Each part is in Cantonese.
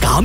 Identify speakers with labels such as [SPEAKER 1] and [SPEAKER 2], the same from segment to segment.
[SPEAKER 1] 咁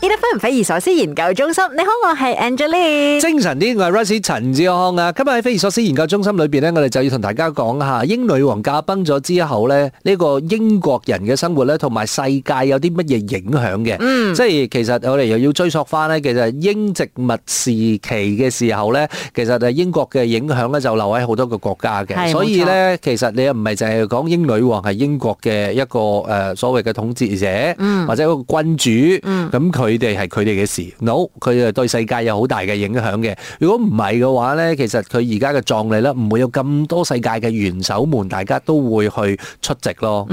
[SPEAKER 2] 呢得分匪夷所思研究中心，你好，我係 Angeline。
[SPEAKER 3] 精神啲，我係 Rusty 陳志康啊！今日喺匪夷所思研究中心裏邊咧，我哋就要同大家講下英女王駕崩咗之後咧，呢、個英國人嘅生活咧，同埋世界有啲乜嘢影響嘅？嗯，即係其實我哋又要追溯翻咧，其實英殖民時期嘅時候咧，其實誒英國嘅影響咧就留喺好多個國家
[SPEAKER 2] 係
[SPEAKER 3] 嘅，所
[SPEAKER 2] 冇
[SPEAKER 3] 以
[SPEAKER 2] 錯
[SPEAKER 3] 咧其實你又唔係淨係講英女王係英國嘅一個誒、呃所謂嘅統治者，
[SPEAKER 2] 嗯
[SPEAKER 3] 或者一個君主，咁佢哋係佢哋嘅事，no，佢哋對世界有好大嘅影響嘅。如果唔係嘅話咧，其實佢而家嘅葬禮咧唔會有咁多世界嘅元首們，大家都會去出席咯。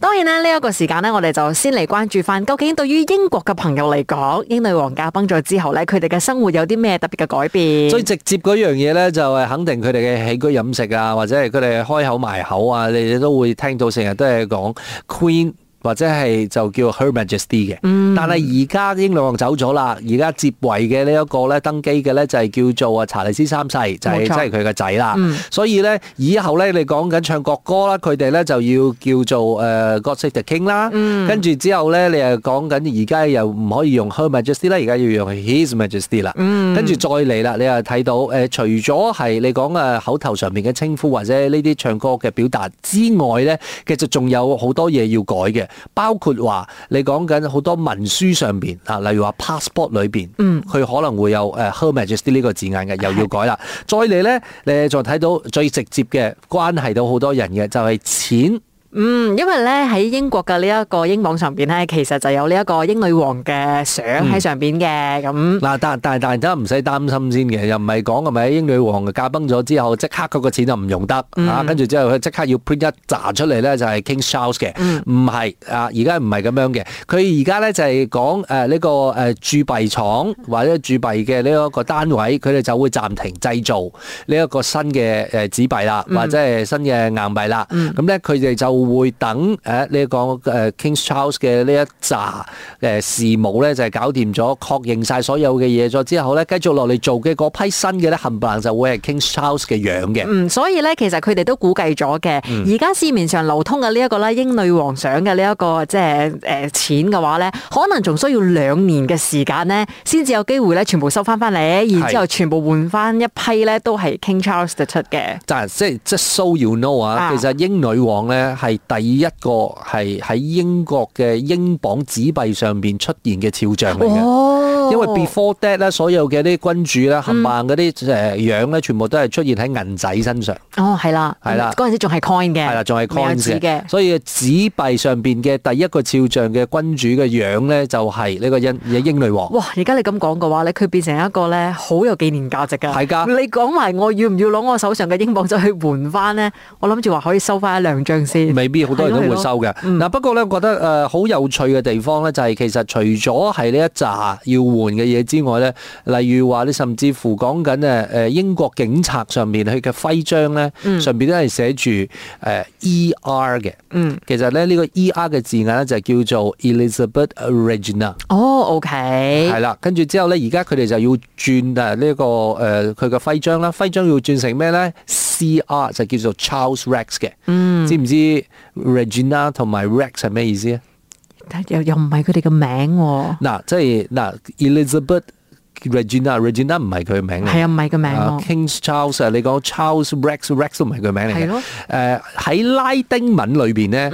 [SPEAKER 2] 當然啦，呢、一個時間呢，我哋就先嚟關注翻，究竟對於英國嘅朋友嚟講，英女王駕崩咗之後呢，佢哋嘅生活有啲咩特別嘅改變？
[SPEAKER 3] 最直接嗰樣嘢咧，就係肯定佢哋嘅起居飲食啊，或者係佢哋開口埋口啊，你哋都會聽到成日都係講 Queen。或者係就叫 Her Majesty 嘅，但係而家英女王走咗啦，而家接位嘅呢一個咧登基嘅咧就係叫做啊查理斯三世，就係
[SPEAKER 2] 冇錯
[SPEAKER 3] 即係佢個仔啦。
[SPEAKER 2] 嗯
[SPEAKER 3] 所以咧，以後咧，你講緊唱國歌啦，佢哋咧就要叫做誒、呃、God Save the King 啦，
[SPEAKER 2] 嗯
[SPEAKER 3] 跟住之後咧，你又講緊而家又唔可以用 Her Majesty 啦，而家要用 His Majesty 啦，
[SPEAKER 2] 嗯
[SPEAKER 3] 跟住再嚟啦，你又睇到誒、呃除咗係你講誒口頭上面嘅稱呼或者呢啲唱歌嘅表達之外咧，其實仲有好多嘢要改嘅，包括話你講緊好多文書上邊啊，例如話 passport 裏邊，佢、可能會有誒 Her Majesty 呢個字眼嘅，又要改啦。再嚟咧，你仲睇到最直接嘅關係到好多人嘅就係、錢。
[SPEAKER 2] 嗯，因為咧喺英國嘅呢一個英網上邊呢，其實就有呢一個英女王嘅相喺上邊嘅，咁、
[SPEAKER 3] 嗱，但但大家唔使擔心先嘅，又唔係講係咪英女王駕崩咗之後，即刻嗰個錢就唔用得、啊，跟住之後佢即刻要 print 一扎出嚟咧，就係 King Charles 嘅，唔係啊，而家唔係咁樣嘅，佢而家咧就係講誒呢個誒鑄幣廠或者鑄幣嘅呢一個單位，佢哋就會暫停製造呢一個新嘅誒紙幣啦，
[SPEAKER 2] 嗯
[SPEAKER 3] 或者係新嘅硬幣啦，咁咧佢哋就會等誒呢個誒 King Charles 嘅呢一扎誒事務咧，就係搞掂咗，確認晒所有嘅嘢咗之後咧，繼續落嚟做嘅嗰批新嘅咧，冚唪唥就會係 King Charles 嘅樣嘅。
[SPEAKER 2] 嗯，所以咧，其實佢哋都估計咗嘅。
[SPEAKER 3] 嗯
[SPEAKER 2] 而家、市面上流通嘅呢一個咧，英女王賞嘅呢一個即係誒錢嘅話咧，可能仲需要兩年嘅時間咧，先至有機會咧全部收翻翻嚟，然之後全部換翻一批咧都係 King Charles 就出嘅。
[SPEAKER 3] 但係即係即係 so you know 啊，
[SPEAKER 2] 啊
[SPEAKER 3] 其實英女王咧係第一個係喺英國嘅英鎊紙幣上邊出現嘅肖像嚟嘅。
[SPEAKER 2] 哦
[SPEAKER 3] 啊
[SPEAKER 2] 嗯
[SPEAKER 3] 因為 before that 咧，所有嘅啲君主咧，冚唪唥嗰啲誒樣咧，全部都係出現喺銀仔身上。
[SPEAKER 2] 哦係啦，
[SPEAKER 3] 係
[SPEAKER 2] 嗯
[SPEAKER 3] 啦
[SPEAKER 2] 嗰陣時仲係 coin 嘅，
[SPEAKER 3] 係啦，仲係
[SPEAKER 2] 未有
[SPEAKER 3] coins
[SPEAKER 2] 紙嘅
[SPEAKER 3] 嘅，。所以紙幣上邊嘅第一個肖像嘅君主嘅樣咧，就係呢個英英女王。
[SPEAKER 2] 哇！而家你咁講嘅話咧，佢變成一個咧好有紀念價值㗎。
[SPEAKER 3] 係㗎
[SPEAKER 2] 你講埋我要唔要攞我手上嘅英鎊再去換翻咧？我諗住話可以收翻一兩張先。
[SPEAKER 3] 未必好多人都會
[SPEAKER 2] 係咯嗯
[SPEAKER 3] 收嘅。嗱，不過咧，我覺得誒呃好有趣嘅地方咧，就係其實除咗係呢一紮要換嘅嘢之外咧，例如話你甚至乎講緊誒誒英國警察上面佢嘅徽章咧，上邊都係寫住誒 E.R. 嘅。
[SPEAKER 2] 嗯，
[SPEAKER 3] 其實咧呢個 E.R. 嘅字眼咧就叫做 Elizabeth Regina。
[SPEAKER 2] 哦，OK，
[SPEAKER 3] 係啦，跟住之後咧，而家佢哋就要轉誒呃呢個誒佢嘅徽章啦，徽章要轉成咩咧？C.R. 就叫做 Charles Rex 嘅，
[SPEAKER 2] 嗯
[SPEAKER 3] 知唔知 Regina 同埋 Rex 係咩意思啊？
[SPEAKER 2] 但又又唔係佢哋嘅名喎，
[SPEAKER 3] 嗱，即係嗱 Elizabeth Regina，Regina 唔係佢嘅名嚟。
[SPEAKER 2] 係啊，唔係個名
[SPEAKER 3] 啊
[SPEAKER 2] 喎，
[SPEAKER 3] King Charles 啊，你講 Charles Rex，Rex 都唔係佢名嚟
[SPEAKER 2] 係
[SPEAKER 3] 嘅
[SPEAKER 2] 咯。嗯
[SPEAKER 3] 誒喺拉丁文裏邊咧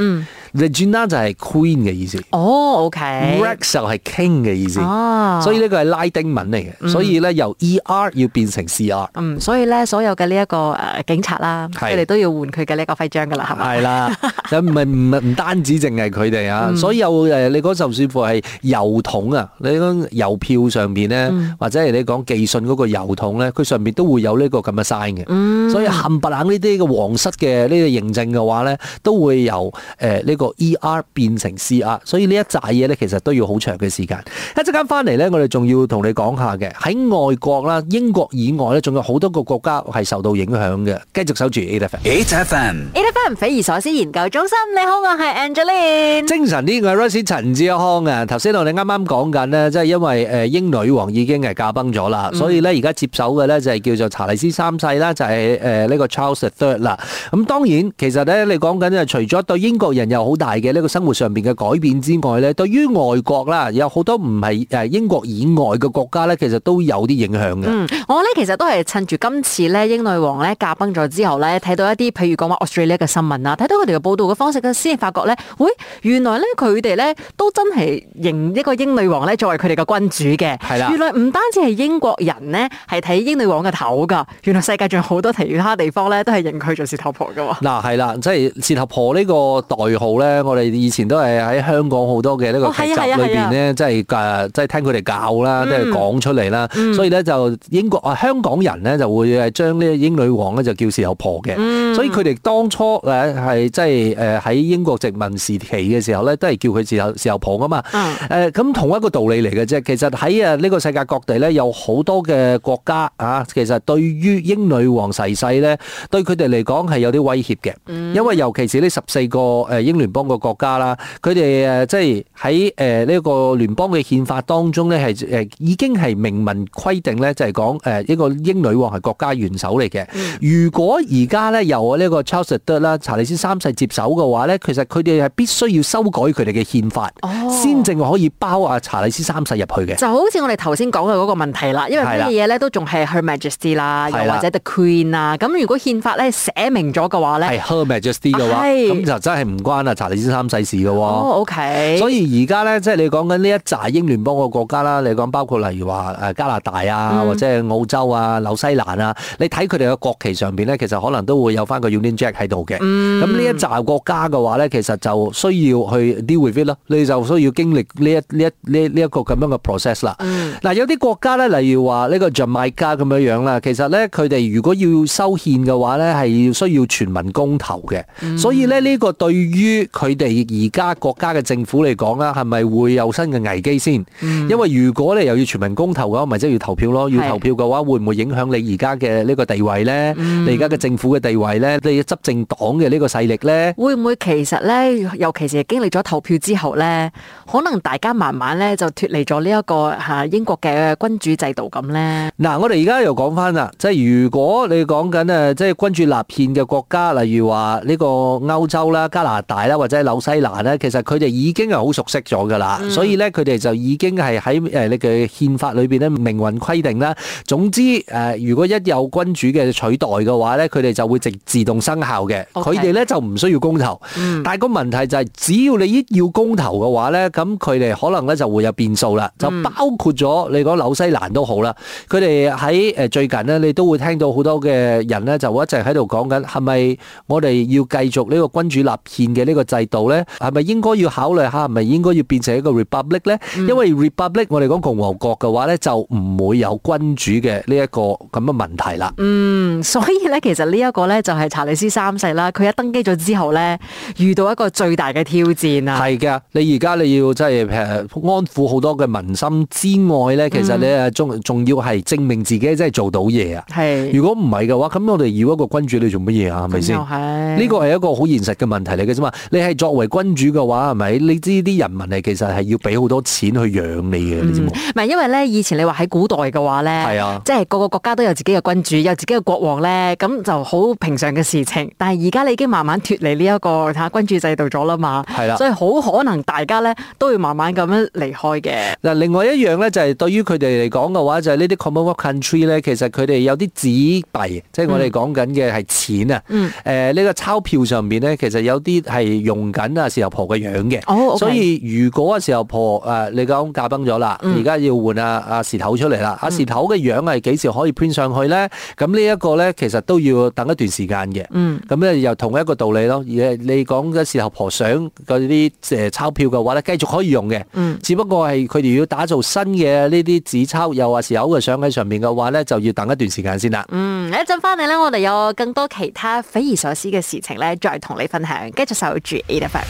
[SPEAKER 3] ，Regina 就係 Queen 嘅意思
[SPEAKER 2] 哦，OK，
[SPEAKER 3] ，Rex 就係 King 嘅意思。
[SPEAKER 2] 哦，
[SPEAKER 3] 所以呢個係拉丁文嚟嘅，所以咧由 E.R. 要變成 C.R.
[SPEAKER 2] 嗯，所以咧，所有嘅呢一個誒警察啦，
[SPEAKER 3] 係
[SPEAKER 2] 佢哋都要換佢嘅呢一個徽章噶啦，係嘛？
[SPEAKER 3] 係啦，就唔係唔係唔單止淨係佢哋
[SPEAKER 2] 嗯
[SPEAKER 3] 啊，所以有誒你講就算乎係郵筒啊，你講郵票上邊咧，
[SPEAKER 2] 嗯
[SPEAKER 3] 或者係你講寄信嗰個郵筒咧，佢上邊都會有呢個咁嘅 sign
[SPEAKER 2] 嗯
[SPEAKER 3] 嘅，所以冚唪唥呢啲嘅皇室嘅呢個認證嘅話咧，都會有誒呢個個 ER 變成 CR，所以呢一紮嘢咧其實都要好長嘅時間。一陣間翻嚟咧，我哋仲要同你講下嘅喺外國啦，英國以外咧，仲有好多個國家係受到影響嘅。繼續守住 A F M。
[SPEAKER 4] 8FM,
[SPEAKER 2] A F M 匪夷所思研究中心，你好，我係 Angeline。
[SPEAKER 3] 精神啲嘅 Rice 陳志康啊，頭先我哋啱啱講緊呢，即係因為誒英女王已經係駕崩咗啦，所以咧而家接手嘅咧就係叫做查理斯三世啦，就係誒呢個 Charles Third 啦。咁當然其實咧你講緊咧，除咗對英國人有好大嘅呢個生活上邊嘅改變之外咧，對於外國啦，有好多唔係誒英國以外嘅國家咧，其實都有啲影響嘅。
[SPEAKER 2] 嗯，我咧其實都係趁住今次咧英女王咧駕崩咗之後咧，睇到一啲譬如講話 Australia 嘅新聞啊，睇到佢哋嘅報導嘅方式咧，先發覺咧，喂，原來咧佢哋咧都真係認一個英女王咧作為佢哋嘅君主嘅。
[SPEAKER 3] 係啦
[SPEAKER 2] 原來唔單止係英國人咧係睇英女王嘅頭㗎，原來世界仲有好多其他地方咧都係認佢做事頭婆㗎喎。
[SPEAKER 3] 嗱係啦，即係舌頭婆呢個代號咧，我哋以前都係喺香港好多嘅呢個
[SPEAKER 2] 哦係
[SPEAKER 3] 劇
[SPEAKER 2] 啊
[SPEAKER 3] 集
[SPEAKER 2] 係啊
[SPEAKER 3] 裏
[SPEAKER 2] 係啊嗯
[SPEAKER 3] 邊咧，即係誒，即係聽佢哋教啦，即係講出嚟啦。所以咧就英國啊，香港人咧就會係將呢個英女王咧就叫舌頭婆嘅。
[SPEAKER 2] 嗯
[SPEAKER 3] 所以佢哋當初誒係即係誒喺英國殖民時期嘅時候咧，都係叫佢舌頭舌頭婆噶嘛。
[SPEAKER 2] 嗯
[SPEAKER 3] 誒呃咁同一個道理嚟嘅啫。其實喺呃誒呢個世界各地咧，有好多嘅國家啊，其實對於英女王逝世咧，對佢哋嚟講係有啲威脅嘅，因為尤其是呢十四個誒英聯邦嘅國家啦，佢哋誒呃即係喺誒呢個聯邦嘅憲法當中咧，係誒已經係明文規定咧，就係講誒一個英女王係國家元首嚟嘅。如果而家咧由呢個 Charles III 啦查理斯三世接手嘅話咧，其實佢哋係必須要修改佢哋嘅憲法
[SPEAKER 2] 哦，
[SPEAKER 3] 先正可以包啊查理斯三世入去嘅。
[SPEAKER 2] 就好似我哋頭先講嘅嗰個問題啦，因為
[SPEAKER 3] 係
[SPEAKER 2] 乜
[SPEAKER 3] 啦
[SPEAKER 2] 嘢咧都仲係 Her Majesty 啦，又
[SPEAKER 3] 係啦
[SPEAKER 2] 或者 The Queen 啦。咁如果憲法咧寫明咗嘅話咧
[SPEAKER 3] 係，Her Majesty 嘅話，
[SPEAKER 2] 啊係
[SPEAKER 3] 咁就真係唔關啊查理斯三世事嘅喎。
[SPEAKER 2] 哦，OK，
[SPEAKER 3] 所以而家咧，即係你講緊呢一紮英聯邦嘅國家啦，你講包括例如話誒加拿大啊，
[SPEAKER 2] 嗯
[SPEAKER 3] 或者係澳洲啊、紐西蘭啊，你睇佢哋嘅國旗上邊咧，其實可能都會有翻個 Union Jack 喺度嘅。
[SPEAKER 2] 嗯
[SPEAKER 3] 咁呢一紮國家嘅話咧，其實就需要去 deal with it 啦，你就需要經歷呢一呢一呢一呢一個咁樣嘅 process 啦。嗱，有啲國家咧，例如話呢個 Jamaica 咁樣樣啦，其實咧佢哋如果要修憲嘅話咧，係要需要全民公投嘅，所以咧呢個對於佢哋而家國家嘅政府嚟講啦，係咪會有新嘅危機先？因為如果你又要全民公投嘅話，咪即係要投票咯，
[SPEAKER 2] 係
[SPEAKER 3] 要投票嘅話，會唔會影響你而家嘅呢個地位咧？你而家嘅政府嘅地位咧？你執政黨嘅呢個勢力咧？
[SPEAKER 2] 會唔會其實咧，尤其是經歷咗投票之後咧，可能大家慢慢咧就脱離咗呢一個嚇英國嘅君主制度咁咧？
[SPEAKER 3] 嗱，我哋而家又講翻啦，即係如果你講緊誒，即係君主立憲嘅國家，例如話呢個歐洲啦、加拿大啦，或者紐西蘭咧，其實佢哋已經係好熟悉咗噶啦，所以咧佢哋就已經係喺誒你嘅憲法裏邊咧明文規定啦。總之誒、呃如果一有君主嘅取代嘅話咧，佢哋就會直自動生效嘅。
[SPEAKER 2] OK
[SPEAKER 3] 佢哋咧就唔需要公投，
[SPEAKER 2] 嗯
[SPEAKER 3] 但係個問題就係、只要你一要公投嘅話咧，咁佢哋可能咧就會有變數啦，就包括咗你講紐西蘭都好啦。佢哋喺誒最近咧，你都會聽到好多嘅人咧，就一直喺度講緊係咪我哋要繼續呢個君主立憲嘅呢個制度咧？係咪應該要考慮下，係咪應該要變成一個 republic 咧？因為 republic 我哋講共和國嘅話咧，就唔會有君主嘅呢一個咁嘅問題啦。
[SPEAKER 2] 嗯， 所以咧，其實呢一個咧就係查理斯三世啦，佢一登基咗之後咧，遇到一個最大嘅挑戰啊！
[SPEAKER 3] 係嘅，你而家你要即係誒呃安撫好多嘅民心之外咧，其實你誒仲仲要係證明自己真係做到嘢啊！
[SPEAKER 2] 係，
[SPEAKER 3] 如果唔係嘅話，咁我哋要一個君主你做乜嘢啊？係咪先？
[SPEAKER 2] 嗯係
[SPEAKER 3] 呢個係一個好現實嘅問題嚟嘅啫嘛。你係作為君主嘅話，係咪？你知啲人民係其實係要俾好多錢去養你嘅，你知冇？
[SPEAKER 2] 嗯唔係因為咧，以前你話喺古代嘅話咧，
[SPEAKER 3] 係啊
[SPEAKER 2] 即係個個國家都有自己嘅君主，有自己嘅國王咧，咁就好平常嘅事情。但係而家你已經慢慢脱離呢一個嚇君主制度咗啦嘛，
[SPEAKER 3] 係啦
[SPEAKER 2] 所以好可能大家咧都要慢慢咁樣離開嘅。
[SPEAKER 3] 嗱，另外一樣咧就係對於佢哋嚟講嘅話，就係呢啲 Commonwealth country 咧，其實佢哋有啲紙幣，即係我哋講緊嘅係錢啊。
[SPEAKER 2] 嗯
[SPEAKER 3] 誒呢個鈔票上邊咧，其實有啲係用緊啊時候婆嘅樣嘅。
[SPEAKER 2] 哦，OK
[SPEAKER 3] 所以如果啊時候婆誒、呃你講駕崩咗啦，
[SPEAKER 2] 嗯
[SPEAKER 3] 而家要換啊阿時頭出嚟啦，阿時頭嘅樣係幾時可以 print 上去咧？咁呢一個咧其實都要等一段時間嘅。
[SPEAKER 2] 嗯，
[SPEAKER 3] 咁咧又同一個道理咯。而你講嘅時候婆想嗰啲誒鈔票嘅話咧，繼續可以用嘅。
[SPEAKER 2] 嗯
[SPEAKER 3] 只不過係佢哋要打造新嘅呢啲紙鈔，又話時候嘅相喺上面嘅話咧，就要等一段時間先啦。
[SPEAKER 2] 嗯，一陣翻嚟咧，我哋有更多其他匪夷所思嘅事情咧，再同你分享。繼續守住 A F M。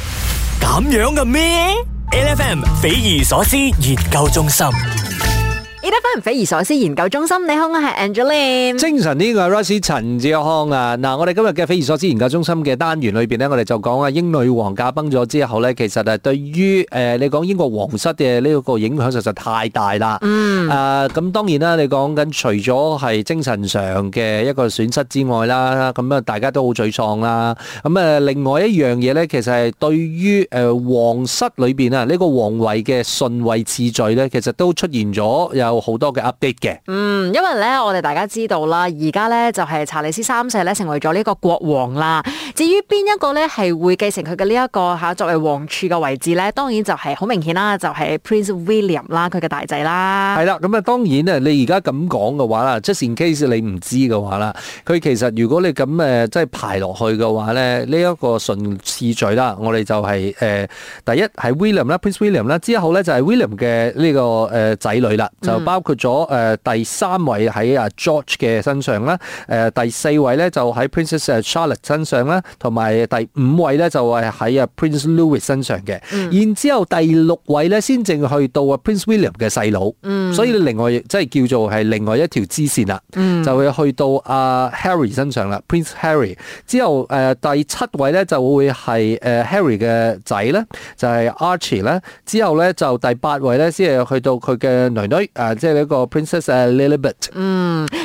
[SPEAKER 1] 咁樣嘅咩？LFM 匪夷所思研究中心。
[SPEAKER 2] e d f 匪夷所思研究中心，你好，我係 Angeline。
[SPEAKER 3] 精神呢個係 Rosie 陳志康啊！嗱，我哋今日嘅匪夷所思研究中心嘅單元裏邊呢，我哋就講啊英女王駕崩咗之後呢，其實誒啊對於誒、呃你講英國皇室嘅呢個影響實在太大啦。嗯。啊，咁當然啦，你講緊除咗係精神上嘅一個損失之外啦，咁啊大家都好沮喪啦。咁啊，另外一樣嘢呢，其實係對於誒皇室裏邊啊呢個皇位嘅順位次序呢，其實都出現咗有好多嘅 update 嘅。
[SPEAKER 2] 嗯，因為咧，我哋大家知道啦，而家咧就係查理斯三世咧成為咗呢個國王啦。至於邊一個咧係會繼承佢嘅呢一個嚇作為王儲嘅位置咧，當然就係好明顯啦，就係、Prince William 啦，佢嘅大仔啦
[SPEAKER 3] 係。啦，咁啊當然啊，你而家咁講嘅話啦，just in case 你唔知嘅話啦，佢其實如果你咁誒即係排落去嘅話咧，呢、一個順次序啦，我哋就係、呃第一係 William 啦，Prince William 啦，之後咧就係 William 嘅呢、個誒仔、女啦，就包括咗誒、呃第三位喺啊 George 嘅身上啦，誒、呃第四位咧就喺 Princess 呃 Charlotte 身上啦，同埋第五位咧就係喺啊 Prince Louis 身上嘅，然之後第六位咧先正去到啊 Prince William 嘅細佬，所以另外即係叫做係另外一條支線啦，就會去到阿 Harry 身上啦，Prince Harry 之後誒、呃第七位咧就會係誒、呃 Harry 嘅仔咧，就係、Archie 咧，之後咧就第八位咧先係去到佢嘅女女啊，即係呢個 Princess 呃 Lilibet。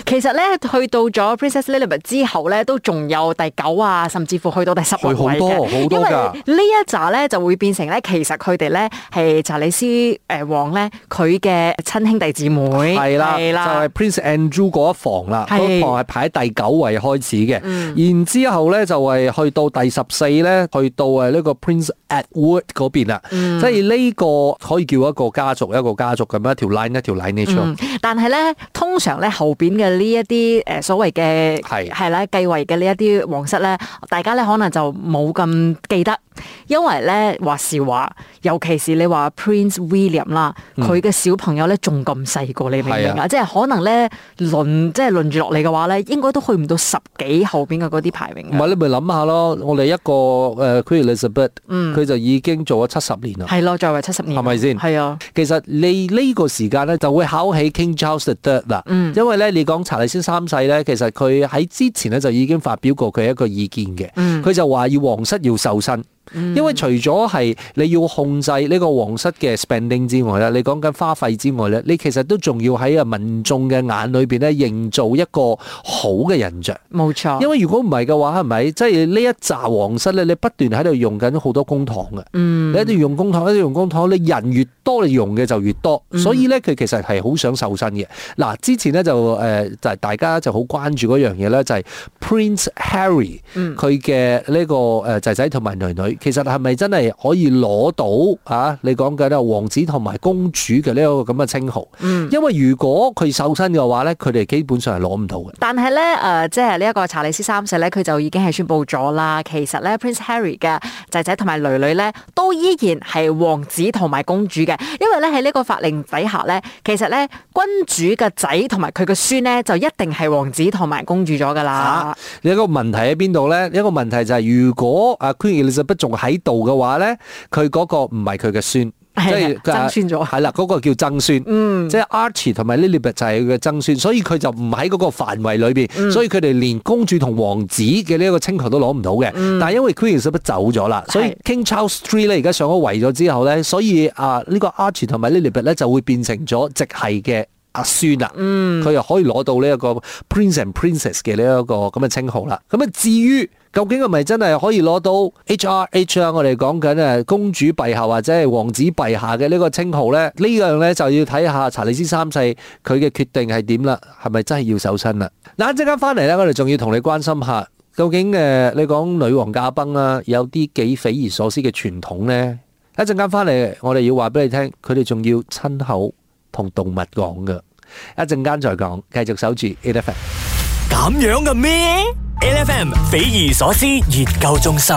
[SPEAKER 2] 其實咧，去到咗 Princess Lilibet 之後咧，都仲有第九啊，甚至乎去到第十六位嘅
[SPEAKER 3] 去好多好多㗎
[SPEAKER 2] 因為呢一紮咧就會變成咧，其實佢哋咧係查理斯誒王咧佢嘅親兄弟姊妹。
[SPEAKER 3] 係啦，
[SPEAKER 2] 係啦，
[SPEAKER 3] 就係 Prince Andrew 嗰一房啦，
[SPEAKER 2] 係嗯
[SPEAKER 3] 嗰一房係排喺第九位開始嘅，然之後咧就係去到第十四咧，去到誒呢個 Prince Edward 嗰邊啦，
[SPEAKER 2] 嗯
[SPEAKER 3] 即係呢個可以叫一個家族一個家族咁樣一條 line 一條
[SPEAKER 2] 嗯
[SPEAKER 3] line 呢出。
[SPEAKER 2] 但係咧，通常咧後邊嘅呢一啲誒所謂嘅
[SPEAKER 3] 係
[SPEAKER 2] 係啦繼位嘅呢一啲皇室咧，大家咧可能就冇咁記得，因為咧話是話，尤其是你話 Prince William 啦，佢嘅小朋友咧仲咁細個，你明唔明
[SPEAKER 3] 嗯係
[SPEAKER 2] 啊？即係可能咧輪即係輪住落嚟嘅話咧，應該都去唔到十幾後邊嘅嗰啲排名
[SPEAKER 3] 唔
[SPEAKER 2] 嘅。
[SPEAKER 3] 係你咪諗下咯，我哋一個誒呃 Queen Elizabeth，佢
[SPEAKER 2] 嗯
[SPEAKER 3] 就已經做咗七十年啦。
[SPEAKER 2] 係咯，再為七十年
[SPEAKER 3] 係咪先
[SPEAKER 2] 係啊，
[SPEAKER 3] 其實你呢個時間咧就會考起 King Charles the Third 啦，因為咧你講查理斯三世咧，其實佢喺之前咧就已經發表過佢一個意見嘅，佢、就話要皇室要瘦身。因為除咗係你要控制呢個皇室嘅 spending 之外咧，你講緊花費之外咧，你其實都仲要喺啊民眾嘅眼裏邊咧營造一個好嘅印象。
[SPEAKER 2] 冇錯。
[SPEAKER 3] 因為如果唔係嘅話，係咪即係呢一紮皇室咧？你不斷喺度用緊好多公帑嘅，你一定要用公帑，一定要用公帑，你人越多，你用嘅就越多，所以咧佢其實係好想瘦身嘅。嗱，之前咧就誒就係大家就好關注嗰樣嘢咧，就係 Prince Harry 佢嘅呢個誒仔仔同埋女女，其實係咪真係可以攞到啊？你講緊咧王子同埋公主嘅呢一個咁嘅稱號，因為如果佢瘦身嘅話咧，佢哋基本上係攞唔到嘅。
[SPEAKER 2] 但係咧，誒、即係呢一個查理斯三世咧，佢就已經係宣布咗啦。其實咧，Prince Harry 嘅仔仔同埋女女咧，都依然係王子同埋公主嘅，因為咧喺呢個法令底下咧，其實咧君主嘅仔同埋佢嘅孫咧，就一定係王子同埋公主咗噶啦
[SPEAKER 3] 啊。你一個問題喺邊度咧？一個問題就係如果啊 Queen Elizabeth 仲喺度嘅話咧，佢嗰個唔係佢嘅孫。
[SPEAKER 2] 係
[SPEAKER 3] 係佢
[SPEAKER 2] 曾孫咗
[SPEAKER 3] 係啦，嗰、個叫曾孫，嗯、即係 Archie 同埋 Lilibet 就係佢嘅曾孫，所以佢就唔喺嗰個範圍裏邊，
[SPEAKER 2] 嗯
[SPEAKER 3] 所以佢哋連公主同王子嘅呢一個稱號都攞唔到嘅。
[SPEAKER 2] 嗯
[SPEAKER 3] 但係因為 Queen Elizabeth 走咗啦，所以 King Charles Three 咧而家上咗位咗之後咧，所以啊呢、個 Archie 同埋 Lilibet 咧就會變成咗直系嘅。阿孫啦，佢又可以攞到呢一個 Prince and Princess 嘅呢一個咁嘅稱號啦。咁啊，至於究竟係咪真係可以攞到 HRH 啊？我哋講緊誒公主陛下或者係王子陛下嘅呢個稱號咧，呢樣咧就要睇下查理斯三世佢嘅決定係點啦，係咪真係要手身啦？嗱，一陣間翻嚟咧，我哋仲要同你關心下，究竟誒你講女王駕崩啦，有啲幾匪夷所思嘅傳統咧。一陣間翻嚟，我哋要話俾你聽，佢哋仲要親口同動物講噶。一陣間再講，繼續守住 e l e p h a n
[SPEAKER 1] à, 咁樣嘅咩？LFM 匪夷所思研究中心。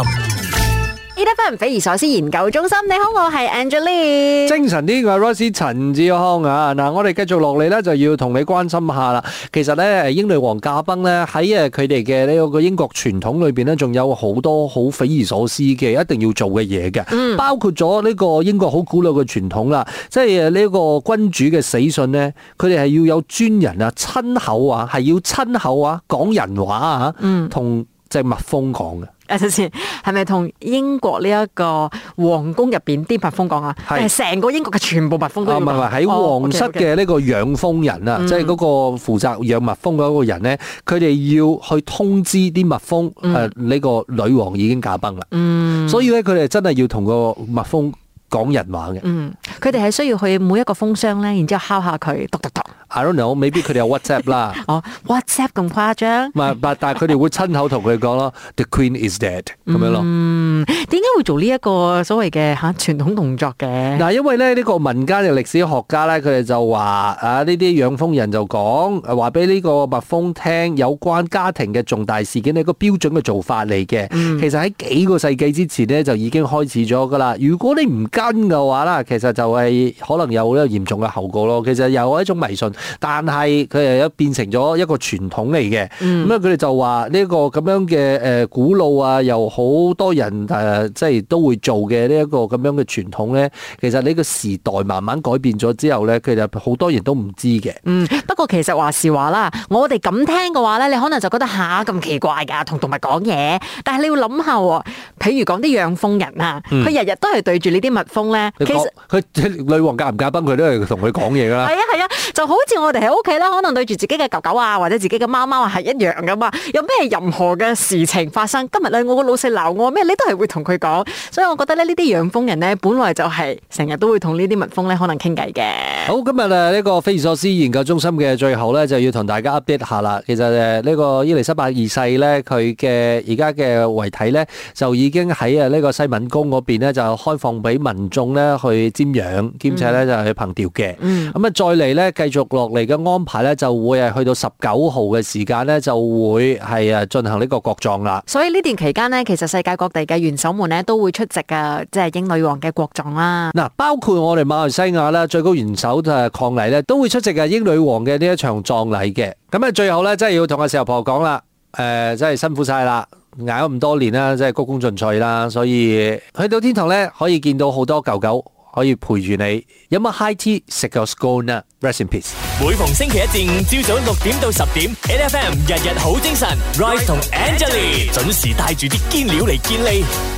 [SPEAKER 2] E F M 匪夷所思研究中心，你好，我係 Angeline。
[SPEAKER 3] 精神啲嘅 Rosie 陳志康啊，嗱，我哋繼續落嚟咧，就要同你關心下啦。其實咧，誒英女王駕崩咧，喺誒呃佢哋嘅呢個英國傳統裏邊咧，仲有好多好匪夷所思嘅一定要做嘅嘢嘅，包括咗呢個英國好古老嘅傳統啦，即係誒呢個君主嘅死訊咧，佢哋係要有專人啊，親口啊，係要親口啊講人話啊，同隻蜜蜂講嘅。
[SPEAKER 2] 誒，首啊先係咪同英國呢一個皇宮入邊啲蜜蜂講啊？
[SPEAKER 3] 係
[SPEAKER 2] 定係成個英國嘅全部蜜蜂都
[SPEAKER 3] 啊，
[SPEAKER 2] 要
[SPEAKER 3] 唔係唔
[SPEAKER 2] 講
[SPEAKER 3] 係喺
[SPEAKER 2] 哦
[SPEAKER 3] 皇室
[SPEAKER 2] ，OK，OK 嗯
[SPEAKER 3] 嘅呢個養蜂人啊，即係嗰個負責養蜜蜂嗰個人咧，佢哋要去通知啲蜜蜂，
[SPEAKER 2] 嗯
[SPEAKER 3] 誒呢個女王已經駕崩啦，所以咧佢哋真係要同個蜜蜂講人話嘅。
[SPEAKER 2] 嗯，佢哋係需要去每一個封箱咧，然之後敲下佢，篤篤篤。
[SPEAKER 3] I don't know，未必佢哋有 WhatsApp 啦，
[SPEAKER 2] 哦，WhatsApp 咁誇張，
[SPEAKER 3] 唔係但但係佢哋會親口同佢講咯，The Queen is dead 咁樣
[SPEAKER 2] 嗯
[SPEAKER 3] 咯。
[SPEAKER 2] 點解會做呢一個所謂嘅嚇傳統動作嘅？
[SPEAKER 3] 嗱，因為咧呢個民間嘅歷史學家咧，佢哋就話啊，呢啲養蜂人就講啊話俾呢個蜜蜂聽有關家庭嘅重大事件係一個標準嘅做法嚟嘅。其實喺幾個世紀之前咧就已經開始咗噶啦。如果你唔跟嘅話啦，其實就係可能有呢個嚴重嘅後果咯。其實又係一種迷信，但係佢又有變成咗一個傳統嚟嘅。
[SPEAKER 2] 嗯
[SPEAKER 3] 咁啊，佢哋就話呢個咁樣嘅誒古老啊，又好多人誒、呃即係都會做嘅呢一個咁樣嘅傳統咧。其實呢個時代慢慢改變咗之後咧，其實好多人都唔知嘅。
[SPEAKER 2] 嗯，不過其實話是話啦，我哋咁聽嘅話咧，你可能就覺得吓咁奇怪㗎，同動物講嘢。但係你要諗下喎，譬如講啲養蜂人啊，佢日日都係對住呢啲蜜蜂咧，
[SPEAKER 3] 你
[SPEAKER 2] 其實
[SPEAKER 3] 講。嗯佢女王駕唔駕崩，佢都係同佢講嘢㗎啦
[SPEAKER 2] 係。啊係啊，就好似我哋喺屋企咧，可能對住自己嘅狗狗啊，或者自己嘅貓貓啊，係一樣噶嘛。有咩任何嘅事情發生，今日咧我個老細鬧我咩，你都係會同佢講。所以我覺得咧，呢啲養蜂人咧，本來就係成日都會同呢啲蜜蜂咧，可能傾偈嘅。
[SPEAKER 3] 好，今日誒呢個匪夷所思研究中心嘅最後咧，就要同大家 update 下啦。其實誒呢個伊利沙伯二世咧，佢嘅而家嘅遺體咧，就已經喺啊呢個西敏宮嗰邊咧，就開放俾民眾咧去瞻仰，兼且咧就係去憑吊嘅。咁啊，再嚟咧繼續落嚟嘅安排咧，就會係去到十九號嘅時間咧，就會係啊進行呢個國葬啦。
[SPEAKER 2] 所以呢段期間呢，其實世界各地嘅元首們咧都會出席嘅，即係英女王嘅國葬啦。
[SPEAKER 3] 嗱，包括我哋馬來西亞啦，最高元首誒抗禮咧，都會出席嘅英女王嘅呢一場葬禮嘅。咁啊，最後咧，真係要同阿石油婆講啦，誒、真係辛苦晒啦，捱咗咁多年啦，真係鞠躬盡瘁啦，所以去到天堂咧，可以見到好多狗狗可以陪住你，飲乜 high tea，食個 scone 啊，rest in peace。
[SPEAKER 1] 每逢星期一至五朝早六點到十點，N F M 日日好精神，Rise 同 Angelie 準時帶住啲堅料嚟健利。